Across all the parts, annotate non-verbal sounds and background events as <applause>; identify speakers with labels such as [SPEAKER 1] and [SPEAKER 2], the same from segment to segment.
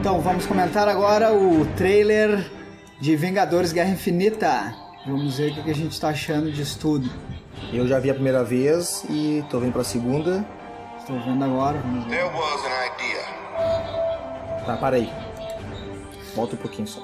[SPEAKER 1] Então, vamos comentar agora o trailer de Vingadores Guerra Infinita. Vamos ver o que que a gente tá achando disso tudo.
[SPEAKER 2] Eu já vi a primeira vez e tô vendo pra segunda.
[SPEAKER 1] Estou vendo agora, vamos ver.
[SPEAKER 3] There was an idea.
[SPEAKER 2] Tá, para aí. Volta um pouquinho só.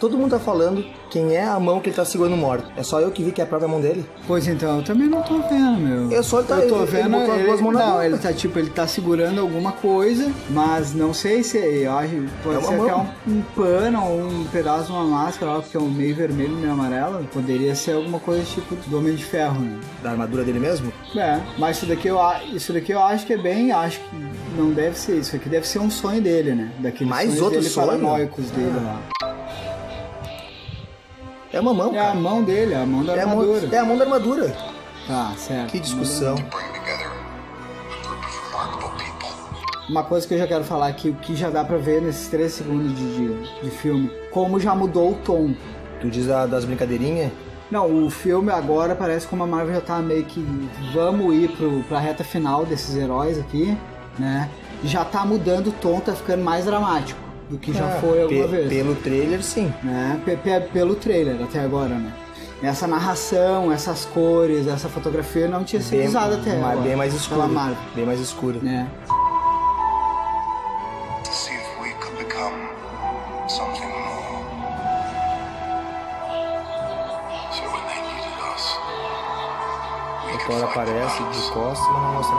[SPEAKER 2] Todo mundo tá falando quem é a mão que ele tá segurando morto. É só eu que vi que é a própria mão dele?
[SPEAKER 1] Pois então, eu também não tô vendo, meu.
[SPEAKER 2] Eu só- tá-
[SPEAKER 1] eu tô
[SPEAKER 2] ele- ele
[SPEAKER 1] vendo.
[SPEAKER 2] botou as duas mãos na
[SPEAKER 1] não,
[SPEAKER 2] boca.
[SPEAKER 1] ele tá tipo, ele tá segurando alguma coisa, mas não sei se é. Eu acho, pode
[SPEAKER 2] É uma
[SPEAKER 1] ser que é um,
[SPEAKER 2] mão.
[SPEAKER 1] um pano ou um pedaço de uma máscara, lá, porque é um meio vermelho, meio amarelo. Poderia ser alguma coisa tipo do Homem de Ferro, né?
[SPEAKER 2] Da armadura dele mesmo?
[SPEAKER 1] É, mas isso daqui eu, a- isso daqui eu acho que é bem. Acho que não deve ser isso. Aqui deve ser um sonho dele, né? Daqueles
[SPEAKER 2] Mais
[SPEAKER 1] sonhos
[SPEAKER 2] outro
[SPEAKER 1] dele
[SPEAKER 2] sonho?
[SPEAKER 1] paranoicos dele lá.
[SPEAKER 2] É uma mão,
[SPEAKER 1] É a
[SPEAKER 2] cara.
[SPEAKER 1] mão dele, a mão da
[SPEAKER 2] É a mão,
[SPEAKER 1] armadura.
[SPEAKER 2] é a mão da armadura.
[SPEAKER 1] Tá, certo.
[SPEAKER 2] Que discussão.
[SPEAKER 3] Bring together a group of remarkable people.
[SPEAKER 1] Uma coisa que eu já quero falar aqui, o que já dá pra ver nesses 3 segundos de, de, de filme, como já mudou o tom.
[SPEAKER 2] Tu diz a, das brincadeirinhas?
[SPEAKER 1] Não, o filme agora parece como a Marvel já tá meio que vamos ir pro, pra reta final desses heróis aqui, né? Já tá mudando o tom, tá ficando mais dramático do que já
[SPEAKER 2] Ah,
[SPEAKER 1] É, foi alguma
[SPEAKER 2] pe-
[SPEAKER 1] vez.
[SPEAKER 2] Pelo trailer, sim.
[SPEAKER 1] né? Pe- pe- Pelo trailer até agora, né? Essa narração, essas cores, essa fotografia não tinha sido usada até
[SPEAKER 2] ma-
[SPEAKER 1] agora.
[SPEAKER 2] bem mais
[SPEAKER 1] Pela
[SPEAKER 2] escuro.
[SPEAKER 1] Marvel,
[SPEAKER 2] Bem mais escuro.
[SPEAKER 1] né?
[SPEAKER 3] To see if we could become something more. So when they needed us, we
[SPEAKER 2] O
[SPEAKER 3] could
[SPEAKER 2] Thor
[SPEAKER 3] fight the
[SPEAKER 2] aparece de
[SPEAKER 3] battles.
[SPEAKER 2] costas, mas não mostra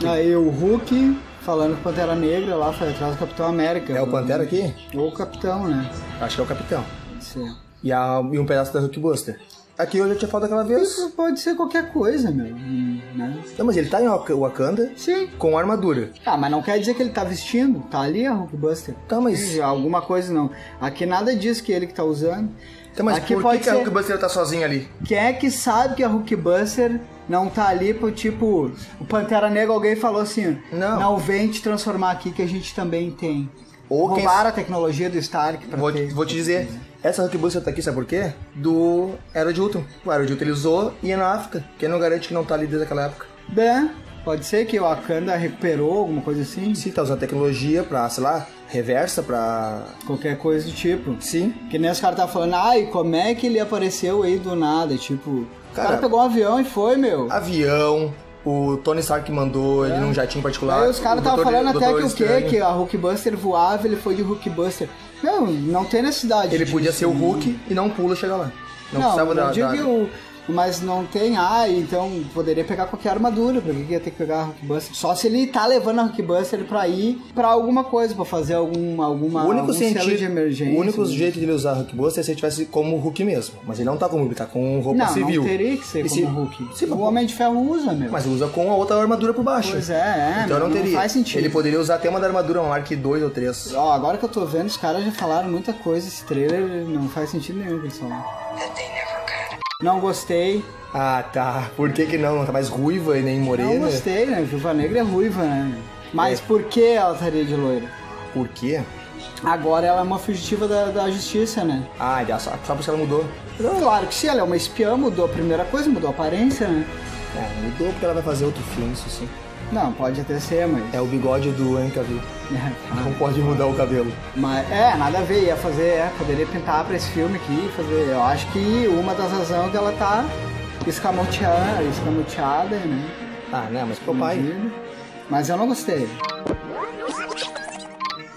[SPEAKER 2] nada.
[SPEAKER 1] Aí o Hulk falando com Pantera Negra lá, foi atrás do Capitão América.
[SPEAKER 2] É o Pantera aqui?
[SPEAKER 1] Ou o Capitão, né?
[SPEAKER 2] Acho que é o Capitão.
[SPEAKER 1] Pode ser.
[SPEAKER 2] E, a, e um pedaço da Hulk Buster. Aqui eu já tinha falado aquela vez.
[SPEAKER 1] Isso pode ser qualquer coisa, meu. hum, Né?
[SPEAKER 2] Não, mas ele tá em Wak- Wakanda
[SPEAKER 1] Sim.
[SPEAKER 2] com armadura.
[SPEAKER 1] Ah, mas não quer dizer que ele tá vestindo. Tá ali a Hulkbuster.
[SPEAKER 2] Tá, mas,
[SPEAKER 1] Já Alguma coisa não. Aqui nada diz que ele que tá usando.
[SPEAKER 2] tá, mas
[SPEAKER 1] Aqui
[SPEAKER 2] por
[SPEAKER 1] pode
[SPEAKER 2] que, que a
[SPEAKER 1] ser-
[SPEAKER 2] Hulk Buster tá sozinha ali?
[SPEAKER 1] Quem é que sabe que a Hulkbuster não tá ali pro tipo. O Pantera Negra, alguém falou assim:
[SPEAKER 2] Não.
[SPEAKER 1] Não vem te transformar aqui que a gente também tem.
[SPEAKER 2] Ou quem-
[SPEAKER 1] Roubaram a tecnologia do Stark pra
[SPEAKER 2] Vou,
[SPEAKER 1] ter.
[SPEAKER 2] vou te dizer, essa Hulk Buster tá aqui, sabe por quê? Do Era de Ultron. O Era de Ultron ele usou e é na África. Quem não garante que não tá ali desde aquela época?
[SPEAKER 1] Né? Pode ser que o Wakanda recuperou alguma coisa assim?
[SPEAKER 2] Sim, tá usando tecnologia pra, sei lá, reversa, pra.
[SPEAKER 1] Qualquer coisa do tipo.
[SPEAKER 2] Sim.
[SPEAKER 1] Que nem os caras tá falando, ai, como é que ele apareceu aí do nada? Tipo, o cara
[SPEAKER 2] Cara,
[SPEAKER 1] pegou um avião e foi, meu.
[SPEAKER 2] Avião, o Tony Stark mandou ele num jatinho particular.
[SPEAKER 1] É. Aí os caras
[SPEAKER 2] o
[SPEAKER 1] estavam
[SPEAKER 2] Doutor-
[SPEAKER 1] falando até
[SPEAKER 2] Doutor
[SPEAKER 1] que o quê?
[SPEAKER 2] Estranho.
[SPEAKER 1] Que a Hulkbuster voava, ele foi de Hulkbuster. Não, não tem necessidade.
[SPEAKER 2] Ele
[SPEAKER 1] disso.
[SPEAKER 2] podia ser o Hulk e não pula chegar lá. Não,
[SPEAKER 1] Não,
[SPEAKER 2] precisava
[SPEAKER 1] não,
[SPEAKER 2] da.
[SPEAKER 1] digo
[SPEAKER 2] da-
[SPEAKER 1] que o- Mas não tem, ah, então poderia pegar qualquer armadura, por que que ia ter que pegar a Hulkbuster? Só se ele tá levando a Hulkbuster pra ir pra alguma coisa, pra fazer alguma, alguma
[SPEAKER 2] O único
[SPEAKER 1] algum selo
[SPEAKER 2] sentido,
[SPEAKER 1] de emergência. né?
[SPEAKER 2] o único jeito de ele usar Hulk Buster é se ele tivesse como Hulk mesmo. Mas ele não tá como Hulk, tá com roupa
[SPEAKER 1] não,
[SPEAKER 2] civil.
[SPEAKER 1] não teria que ser
[SPEAKER 2] E
[SPEAKER 1] como
[SPEAKER 2] se-
[SPEAKER 1] o Hulk.
[SPEAKER 2] se-
[SPEAKER 1] o Homem de Ferro usa, meu.
[SPEAKER 2] Mas usa com a outra armadura por baixo.
[SPEAKER 1] Pois é, é,
[SPEAKER 2] Então não,
[SPEAKER 1] não
[SPEAKER 2] teria.
[SPEAKER 1] faz sentido.
[SPEAKER 2] Ele poderia usar até uma da armadura, uma Mark 2 ou 3.
[SPEAKER 1] Ó, agora que eu tô vendo, os caras já falaram muita coisa. Esse trailer não faz sentido nenhum, pessoal. Não gostei.
[SPEAKER 2] Ah, tá. Por que que não? Não tá mais ruiva e nem
[SPEAKER 1] Não
[SPEAKER 2] morena?
[SPEAKER 1] gostei, né? Viúva Negra é ruiva, né? Mas
[SPEAKER 2] É.
[SPEAKER 1] por que ela estaria de loira?
[SPEAKER 2] Por quê?
[SPEAKER 1] Agora ela é uma fugitiva da, da justiça, né?
[SPEAKER 2] Ah, já só, só porque ela mudou.
[SPEAKER 1] Claro que se ela é uma espiã, mudou a primeira coisa, mudou a aparência, né?
[SPEAKER 2] É, mudou porque ela vai fazer outro filme, isso sim.
[SPEAKER 1] Não, pode até ser, mas... <laughs> né?
[SPEAKER 2] É o bigode do Henry Cavill.
[SPEAKER 1] Ah.
[SPEAKER 2] Não pode mudar o cabelo.
[SPEAKER 1] Mas é, nada a ver, ia fazer, é, poderia pintar pra esse filme aqui, fazer. Eu acho que uma das razões é que ela tá escamoteada, escamoteada, né?
[SPEAKER 2] Ah, né? Mas pro pai.
[SPEAKER 1] Entendido. Mas eu não gostei.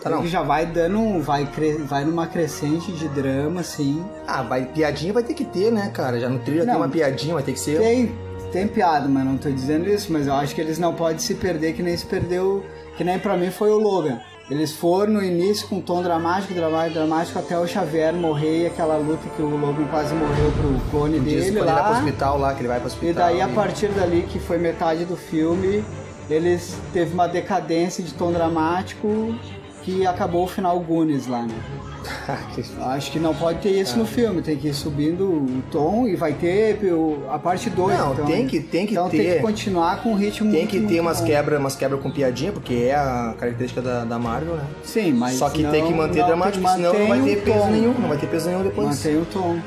[SPEAKER 2] Tá não.
[SPEAKER 1] Ele já vai dando, um- vai, cre- vai numa crescente de drama, assim.
[SPEAKER 2] Ah, vai, piadinha vai ter que ter, né, cara? Já no trilho tem
[SPEAKER 1] Não.
[SPEAKER 2] uma piadinha, vai ter que ser. um
[SPEAKER 1] Tem, tem piada, mas não tô dizendo isso, mas eu acho que eles não podem se perder que nem se perdeu, que nem pra mim foi o Logan. Eles foram no início com um tom dramático, dramático, dramático, até o Xavier morrer e aquela luta que o Logan quase morreu pro clone
[SPEAKER 2] Diz
[SPEAKER 1] dele
[SPEAKER 2] quando ele vai pro
[SPEAKER 1] lá.
[SPEAKER 2] hospital lá, que ele vai pro hospital.
[SPEAKER 1] E daí, a
[SPEAKER 2] <laughs>
[SPEAKER 1] partir dali, que foi metade do filme, eles teve uma decadência de tom dramático que acabou o final Goonies lá, né?
[SPEAKER 2] Ah,
[SPEAKER 1] Acho que não pode ter isso
[SPEAKER 2] É.
[SPEAKER 1] no filme, tem que ir subindo o tom e vai ter o- a parte 2.
[SPEAKER 2] Não,
[SPEAKER 1] então,
[SPEAKER 2] tem que- tem que
[SPEAKER 1] então tem
[SPEAKER 2] ter.
[SPEAKER 1] que continuar com o ritmo
[SPEAKER 2] Tem
[SPEAKER 1] muito,
[SPEAKER 2] que ter
[SPEAKER 1] muito
[SPEAKER 2] umas
[SPEAKER 1] bom.
[SPEAKER 2] quebras umas quebra com piadinha, porque é a característica da, da Marvel, né?
[SPEAKER 1] Sim, mas
[SPEAKER 2] Só que
[SPEAKER 1] não-
[SPEAKER 2] tem que manter
[SPEAKER 1] não,
[SPEAKER 2] dramático,
[SPEAKER 1] tem-
[SPEAKER 2] senão não vai
[SPEAKER 1] mantém
[SPEAKER 2] ter
[SPEAKER 1] o
[SPEAKER 2] peso
[SPEAKER 1] tom.
[SPEAKER 2] nenhum. Não vai ter peso nenhum depois.
[SPEAKER 1] Mantém o tom.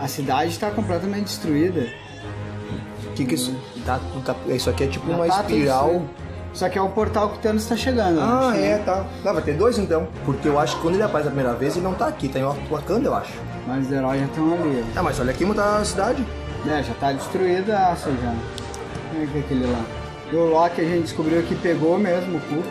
[SPEAKER 1] A cidade está completamente destruída.
[SPEAKER 2] Que que isso, tá, tá- isso aqui é tipo
[SPEAKER 1] Já
[SPEAKER 2] uma
[SPEAKER 1] tá tudo
[SPEAKER 2] espiral
[SPEAKER 1] certo. Só que é o portal que o Thanos tá chegando.
[SPEAKER 2] Ah,
[SPEAKER 1] acho, né?
[SPEAKER 2] é, tá. Não, vai ter dois então. Porque eu acho que quando ele aparece a primeira vez, ele não tá aqui, tá em Wakanda, eu acho.
[SPEAKER 1] Mas os heróis já estão ali.
[SPEAKER 2] Ah, mas olha aqui mudar a cidade.
[SPEAKER 1] Né, já tá destruída a aça já. Como é que é aquele lá? E o Loki a gente descobriu que pegou mesmo o cubo.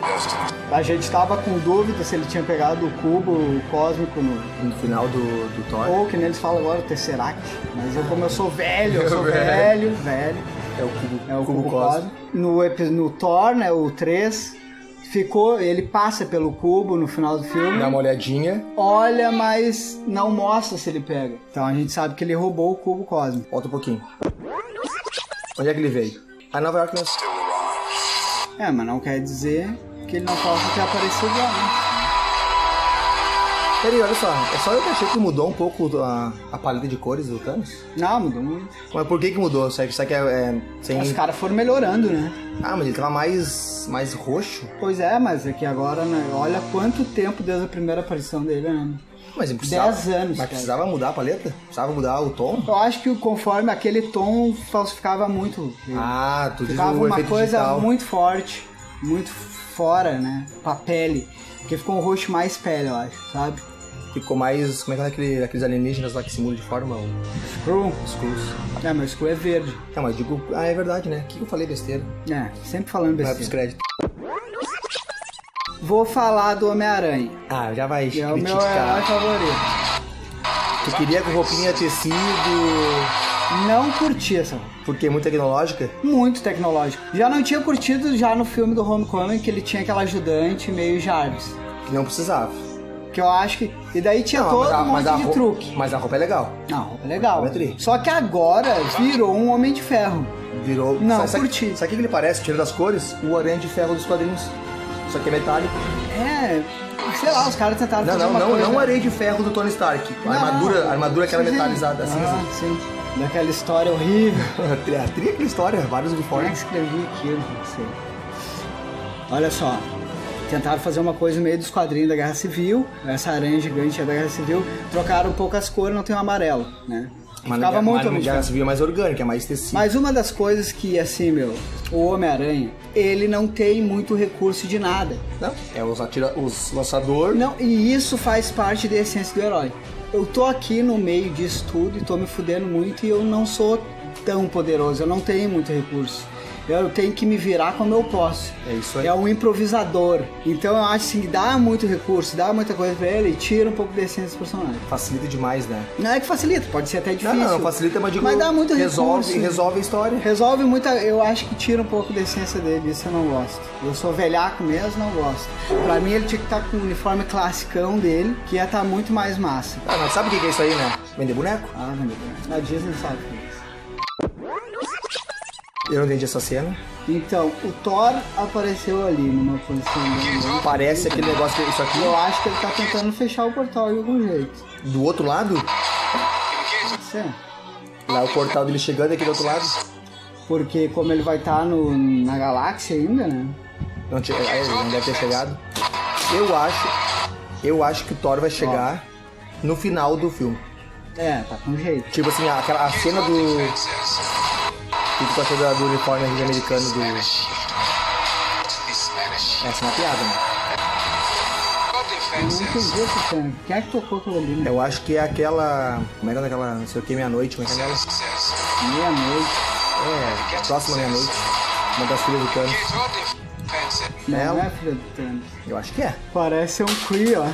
[SPEAKER 1] A gente tava com dúvida se ele tinha pegado o cubo cósmico no,
[SPEAKER 2] No final do, do Thor.
[SPEAKER 1] Ou que nem eles falam agora, o Tesseract. Mas eu, como eu sou velho, eu sou velho, velho.
[SPEAKER 2] É o cubo,
[SPEAKER 1] É o
[SPEAKER 2] cubo
[SPEAKER 1] Cubo Cosmo. No, epi- no Thor, né, o 3, ficou, ele passa pelo cubo no final do filme.
[SPEAKER 2] Dá uma olhadinha.
[SPEAKER 1] Olha, mas não mostra se ele pega. Então a gente sabe que ele roubou o cubo Cosmo.
[SPEAKER 2] Volta um pouquinho. Onde é que ele veio? A Nova York nós...
[SPEAKER 3] Still alive.
[SPEAKER 1] É, mas não quer dizer que ele não possa ter aparecido lá. né?
[SPEAKER 2] Peraí, olha só. É só eu que achei que mudou um pouco a, a paleta de cores do Thanos.
[SPEAKER 1] né? Não, mudou muito.
[SPEAKER 2] Mas por que que mudou? Será que, será que é, é sem...
[SPEAKER 1] Os caras foram melhorando, né?
[SPEAKER 2] Ah, mas ele tava mais, mais roxo.
[SPEAKER 1] Pois é, mas é que agora, né, olha quanto tempo desde a primeira aparição dele, né?
[SPEAKER 2] Mas ele precisava...
[SPEAKER 1] Dez anos,
[SPEAKER 2] Mas
[SPEAKER 1] cara.
[SPEAKER 2] precisava mudar a paleta? Precisava mudar o tom?
[SPEAKER 1] Eu acho que conforme aquele tom falsificava muito. ele.
[SPEAKER 2] Ah, tu diz
[SPEAKER 1] Ficava
[SPEAKER 2] o
[SPEAKER 1] uma
[SPEAKER 2] efeito
[SPEAKER 1] coisa
[SPEAKER 2] digital.
[SPEAKER 1] muito forte, muito fora, né? Pra pele. Porque ficou um roxo mais pele, eu acho, sabe?
[SPEAKER 2] Ficou mais... Como é que é aquele, aqueles alienígenas lá que se mudam de forma? o-
[SPEAKER 1] Screw?
[SPEAKER 2] Os Skrulls.
[SPEAKER 1] É, meu Screw é verde.
[SPEAKER 2] Não, mas digo... Ah, é verdade, né? O que eu falei besteira?
[SPEAKER 1] É, sempre falando
[SPEAKER 2] Vai pros
[SPEAKER 1] besteira.
[SPEAKER 2] créditos.
[SPEAKER 1] Vou falar do Homem-Aranha.
[SPEAKER 2] Ah, já vai
[SPEAKER 1] Que é o meu
[SPEAKER 2] criticar.
[SPEAKER 1] herói favorito.
[SPEAKER 2] Tu queria com roupinha tecido,
[SPEAKER 1] Não curti essa roupa.
[SPEAKER 2] porque é muito tecnológica?
[SPEAKER 1] muito tecnológico. Já não tinha curtido já no filme do Homecoming que ele tinha aquela ajudante meio Jarvis.
[SPEAKER 2] Que não precisava.
[SPEAKER 1] Que eu acho que. E daí tinha todo um monte de
[SPEAKER 2] roupa,
[SPEAKER 1] truque.
[SPEAKER 2] Mas a roupa é legal.
[SPEAKER 1] Não, é legal.
[SPEAKER 2] Mas é tri.
[SPEAKER 1] Só que agora virou um Homem de Ferro.
[SPEAKER 2] Virou.
[SPEAKER 1] Não,
[SPEAKER 2] sabe,
[SPEAKER 1] curti.
[SPEAKER 2] Sabe, sabe o que ele parece, tirando as cores? O aranha de ferro dos quadrinhos. Só que é metálico.
[SPEAKER 1] É. Sei lá, os caras tentaram
[SPEAKER 2] Não,
[SPEAKER 1] fazer
[SPEAKER 2] não,
[SPEAKER 1] uma
[SPEAKER 2] não,
[SPEAKER 1] coisa. Ah,
[SPEAKER 2] não areia de ferro do Tony Stark. A armadura, a armadura aquela
[SPEAKER 1] Sim, sim.
[SPEAKER 2] metalizada, assim,
[SPEAKER 1] Ah,
[SPEAKER 2] cinza.
[SPEAKER 1] sim. Daquela história horrível.
[SPEAKER 2] <laughs> Tri- a tri- aquela história,
[SPEAKER 1] Como
[SPEAKER 2] vários
[SPEAKER 1] é que
[SPEAKER 2] uniformes.
[SPEAKER 1] escrevi aquilo? Não sei. Olha só. Tentaram fazer uma coisa no meio dos quadrinhos da Guerra Civil. Essa aranha gigante é da Guerra Civil. Trocaram um pouco as cores, não tem o amarelo, né?
[SPEAKER 2] Mas
[SPEAKER 1] Ficava
[SPEAKER 2] na-
[SPEAKER 1] muito
[SPEAKER 2] mas
[SPEAKER 1] Homem
[SPEAKER 2] na
[SPEAKER 1] de
[SPEAKER 2] Guerra
[SPEAKER 1] Ferro.
[SPEAKER 2] Civil é mais orgânica, é mais tecido.
[SPEAKER 1] Mas uma das coisas que, assim, meu, o Homem-Aranha, ele não tem muito recurso de nada.
[SPEAKER 2] Não, é os, atira, os lançador.
[SPEAKER 1] Não, e isso faz parte da essência do herói. Eu tô aqui no meio disso tudo e tô me fudendo muito e eu não sou tão poderoso, eu não tenho muito recurso. Eu tenho que me virar como eu posso.
[SPEAKER 2] É isso aí.
[SPEAKER 1] É um improvisador. Então eu acho assim, dá muito recurso, dá muita coisa pra ele e tira um pouco da essência do personagem.
[SPEAKER 2] Facilita demais, né?
[SPEAKER 1] Não é que facilita, pode ser até
[SPEAKER 2] Não,
[SPEAKER 1] difícil.
[SPEAKER 2] não, não facilita, mas digo,
[SPEAKER 1] Mas dá muito
[SPEAKER 2] resolve,
[SPEAKER 1] recurso.
[SPEAKER 2] resolve a história.
[SPEAKER 1] Resolve muita. Eu acho que tira um pouco da essência dele, isso eu não gosto. Eu sou velhaco mesmo, não gosto. Pra mim ele tinha que estar com o uniforme classicão dele, que ia estar muito mais massa.
[SPEAKER 2] Ah, mas sabe o que que é isso aí, né? Vender boneco?
[SPEAKER 1] Ah, meu Deus. Na Disney sabe o que é isso.
[SPEAKER 2] Eu não entendi essa cena.
[SPEAKER 1] Então, o Thor apareceu ali numa posição dele.
[SPEAKER 2] Parece aquele negócio, que- é isso aqui,
[SPEAKER 1] Eu acho que ele tá tentando fechar o portal de algum jeito.
[SPEAKER 2] ó. Do outro lado,
[SPEAKER 1] Pode ser.
[SPEAKER 2] lá o portal dele chegando aqui do outro lado.
[SPEAKER 1] Porque como ele vai estar no na galáxia ainda, né?
[SPEAKER 2] Não, tinha- é, ele não deve ter chegado. Eu acho, eu acho que o Thor vai chegar no final do filme.
[SPEAKER 1] É, tá com jeito.
[SPEAKER 2] Tipo assim, aquela a cena do... O que tu achou da- do uniforme americano do... Essa é uma piada, né?
[SPEAKER 1] Eu não entendi essa cena. Quem é que tocou aquilo ali, né?
[SPEAKER 2] Eu acho que é aquela... Como é que é aquela, não sei o que, meia-noite, como é que é aquela?
[SPEAKER 1] Meia-noite.
[SPEAKER 2] É, próxima meia-noite. Uma das filhas do Thanos.
[SPEAKER 1] Não,
[SPEAKER 2] Ela.
[SPEAKER 1] não é filha do Thanos.
[SPEAKER 2] Eu acho que é.
[SPEAKER 1] Parece um Cree, ó.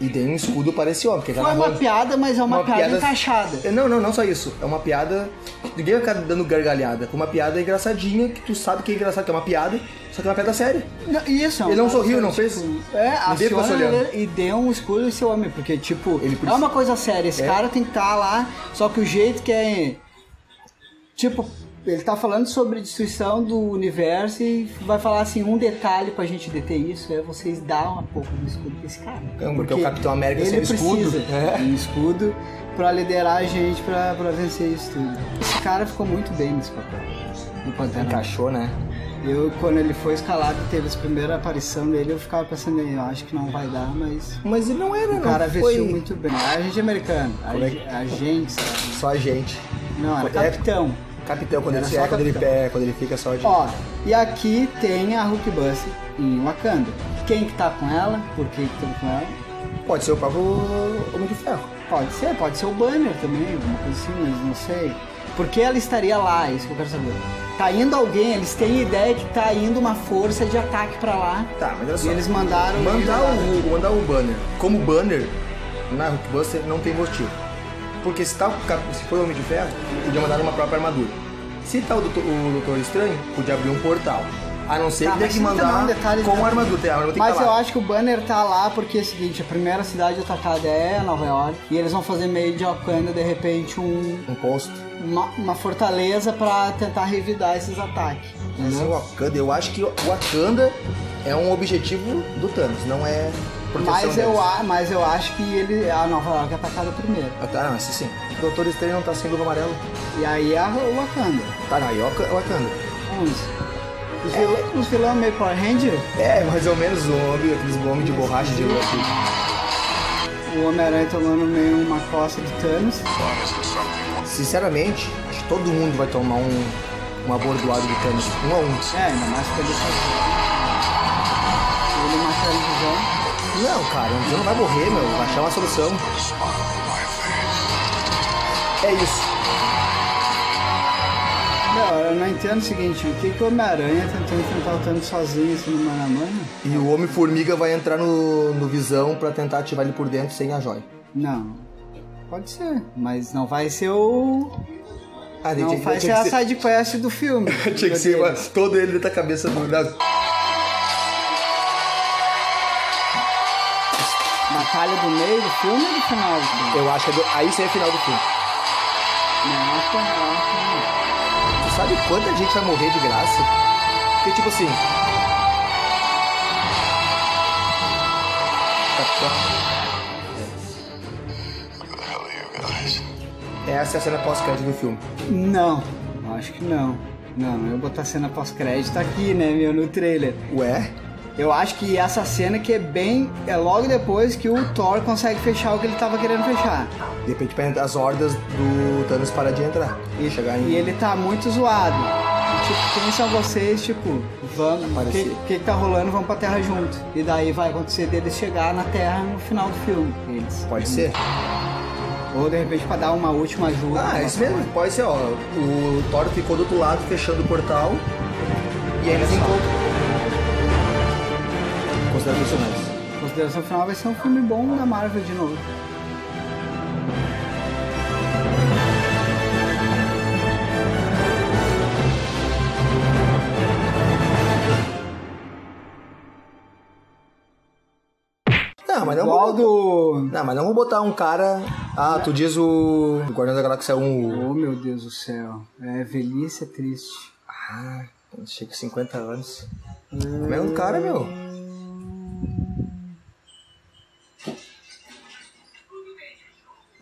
[SPEAKER 2] E tem um escudo para esse homem, que tá
[SPEAKER 1] Foi
[SPEAKER 2] na
[SPEAKER 1] uma
[SPEAKER 2] roupa.
[SPEAKER 1] piada, mas é uma, piada, encaixada.
[SPEAKER 2] É, Não, não, não só isso. É uma piada. Ninguém fica dando gargalhada. Uma piada engraçadinha que tu sabe que é engraçado, que é uma piada, só que é uma piada séria.
[SPEAKER 1] Não, Isso, é
[SPEAKER 2] Ele
[SPEAKER 1] uma
[SPEAKER 2] não
[SPEAKER 1] coisa,
[SPEAKER 2] sorriu, não fez?
[SPEAKER 1] É,
[SPEAKER 2] Ninguém ficou se
[SPEAKER 1] aciona
[SPEAKER 2] olhando.
[SPEAKER 1] e deu um escudo esse homem, porque, tipo,
[SPEAKER 2] Ele
[SPEAKER 1] é
[SPEAKER 2] precisa-
[SPEAKER 1] uma coisa séria. Esse
[SPEAKER 2] É.
[SPEAKER 1] cara tem que estar lá, só que o jeito que é. Tipo, ele tá falando sobre destruição do universo e vai falar assim: um detalhe pra gente deter isso é vocês dar uma pouco do escudo pra esse cara.
[SPEAKER 2] Porque o Capitão América
[SPEAKER 1] ele
[SPEAKER 2] sem escudo.
[SPEAKER 1] precisa
[SPEAKER 2] É.
[SPEAKER 1] de um escudo pra liderar a gente pra, pra vencer isso tudo. Esse cara ficou muito bem nesse papel. No Pantera Negra.
[SPEAKER 2] Encaixou, né?
[SPEAKER 1] Eu, quando ele foi escalado, teve a primeira aparição dele, eu ficava pensando, eu acho que não vai dar, mas
[SPEAKER 2] Mas ele não era,
[SPEAKER 1] o
[SPEAKER 2] não.
[SPEAKER 1] cara
[SPEAKER 2] foi
[SPEAKER 1] vestiu muito bem. A gente é americano, a,
[SPEAKER 2] Como é
[SPEAKER 1] ge-
[SPEAKER 2] que-
[SPEAKER 1] a gente, sabe?
[SPEAKER 2] Só a gente.
[SPEAKER 1] Não, era
[SPEAKER 2] É.
[SPEAKER 1] capitão.
[SPEAKER 2] Capitão, quando,
[SPEAKER 1] Era
[SPEAKER 2] ele,
[SPEAKER 1] só
[SPEAKER 2] é, quando ele
[SPEAKER 1] capitão.
[SPEAKER 2] pega, quando ele fica só de.
[SPEAKER 1] Ó, e aqui tem a Hulk Buster em Wakanda. Quem que tá com ela? Por que que estão com ela?
[SPEAKER 2] Pode ser o próprio Homem de Ferro.
[SPEAKER 1] Pode ser, pode ser o banner também, alguma coisa assim, mas não sei. Por que ela estaria lá? É Isso que eu quero saber. Tá indo alguém, eles têm ideia que tá indo uma força de ataque pra lá.
[SPEAKER 2] Tá, mas olha
[SPEAKER 1] E
[SPEAKER 2] só.
[SPEAKER 1] eles mandaram.
[SPEAKER 2] Mandar o, mandar o banner como banner na Hulkbuster não tem motivo. Porque se, tá, o Cap- se foi o Homem de Ferro, podia mandar uma própria armadura. Se tá o Doutor, o Doutor Estranho, podia abrir um portal. A não ser
[SPEAKER 1] Tá,
[SPEAKER 2] que tenha
[SPEAKER 1] mas
[SPEAKER 2] que
[SPEAKER 1] tem também
[SPEAKER 2] mandar
[SPEAKER 1] um detalhe
[SPEAKER 2] com
[SPEAKER 1] também.
[SPEAKER 2] a armadura. tem- A armadura tem
[SPEAKER 1] Mas
[SPEAKER 2] que tá
[SPEAKER 1] eu
[SPEAKER 2] lá.
[SPEAKER 1] acho que o banner tá lá porque é o seguinte, a primeira cidade atacada é Nova York e eles vão fazer meio de Wakanda, de repente, um,
[SPEAKER 2] Um posto.
[SPEAKER 1] uma, uma fortaleza pra tentar revidar esses ataques.
[SPEAKER 2] Mas o
[SPEAKER 1] Entendeu?
[SPEAKER 2] Wakanda, eu acho que o Wakanda é um objetivo do Thanos, não é proteção
[SPEAKER 1] Mas eu,
[SPEAKER 2] deles.
[SPEAKER 1] a- mas eu acho que ele, a Nova York é atacada primeiro.
[SPEAKER 2] Ah, tá, não, isso sim. O Doutor Estranho não tá sem luva amarela.
[SPEAKER 1] E aí é a Wakanda.
[SPEAKER 2] Tá, não, e o Wakanda.
[SPEAKER 1] Vamos. Os vilão- Os vilão meio Power Ranger,
[SPEAKER 2] É, mais ou menos um homem, aqueles homens de borracha de louco.
[SPEAKER 1] o Homem-Aranha tomando meio uma costa de Thanos.
[SPEAKER 2] Sinceramente, acho que todo mundo vai tomar um, uma bordoada de Thanos, um a um.
[SPEAKER 1] É, ainda mais quando ele faz. Ele mata ele de volta.
[SPEAKER 2] Não, cara, um dia não vai morrer, meu. Vai achar uma solução. É isso.
[SPEAKER 1] Não, eu não entendo o seguinte, o que, que o Homem-Aranha tentou enfrentar o Thanos sozinho assim no mano a mano?
[SPEAKER 2] E o Homem-Formiga vai entrar no, no Visão pra tentar ativar ele por dentro sem a joia.
[SPEAKER 1] Não. Pode ser, mas não vai ser o.
[SPEAKER 2] Ah,
[SPEAKER 1] Não
[SPEAKER 2] tinha-
[SPEAKER 1] vai ser
[SPEAKER 2] tinha
[SPEAKER 1] a
[SPEAKER 2] que ser-
[SPEAKER 1] side quest do <laughs> filme.
[SPEAKER 2] <laughs> Tinha que ser mas todo ele da cabeça do... da-
[SPEAKER 1] Batalha do meio do filme ou do final do filme?
[SPEAKER 2] Eu acho que é do- aí sim é final do filme.
[SPEAKER 1] Não, acho que não, acho
[SPEAKER 2] Tu sabe quanta gente vai morrer de graça? Porque, tipo assim.
[SPEAKER 3] Who the hell are you guys?
[SPEAKER 2] Essa é a cena pós-crédito do filme.
[SPEAKER 1] que não. Não, acho que não. Não, eu ia botar a cena pós-crédito aqui, né, meu, no trailer.
[SPEAKER 2] Ué?
[SPEAKER 1] Eu acho que essa cena que é bem. É logo depois que o Thor consegue fechar o que ele tava querendo fechar.
[SPEAKER 2] De repente pra entrar- as hordas do Thanos parar de entrar. E chegar em.
[SPEAKER 1] E ele tá muito zoado. Tipo, quem são vocês? Tipo, vamos. O que,
[SPEAKER 2] Parecia.
[SPEAKER 1] que que tá rolando? Vamos pra Terra junto. E daí vai acontecer deles chegar na Terra no final do filme. Eles.
[SPEAKER 2] Pode ser?
[SPEAKER 1] Ou de repente pra dar uma última ajuda.
[SPEAKER 2] Ah, é isso mesmo. Pode ser, ó. O Thor ficou do outro lado fechando o portal. E aí eles encontram. Considera é personagens.
[SPEAKER 1] Consideração final vai ser um filme bom da Marvel de novo.
[SPEAKER 2] Não, mas não
[SPEAKER 1] Igual
[SPEAKER 2] vou.
[SPEAKER 1] do.
[SPEAKER 2] Não, mas não vou botar um cara. Ah, tu diz o. O Guardião da Galáxia 1. o-
[SPEAKER 1] Oh meu Deus do céu. É velhice é triste.
[SPEAKER 2] Ah, chega aos 50 anos. Como é um cara, meu?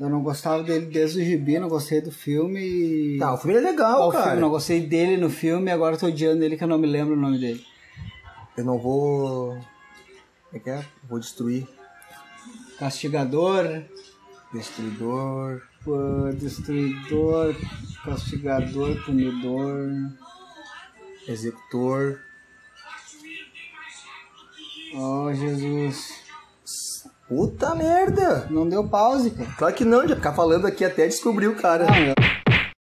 [SPEAKER 1] Eu não gostava dele desde o Gibi, não gostei do filme e.
[SPEAKER 2] Não, o filme é legal,
[SPEAKER 1] Qual
[SPEAKER 2] cara.
[SPEAKER 1] filme? Não gostei dele no filme e agora eu tô odiando ele que eu não me lembro o nome dele.
[SPEAKER 2] Eu não vou. Como é que é? Vou destruir.
[SPEAKER 1] Castigador, né?
[SPEAKER 2] Destruidor.
[SPEAKER 1] pô, destruidor, castigador, punidor.
[SPEAKER 2] Executor.
[SPEAKER 1] Oh, Jesus.
[SPEAKER 2] Puta merda!
[SPEAKER 1] Não deu pause, cara.
[SPEAKER 2] Claro que não, já ficar falando aqui até descobrir o cara.
[SPEAKER 1] Não, eu...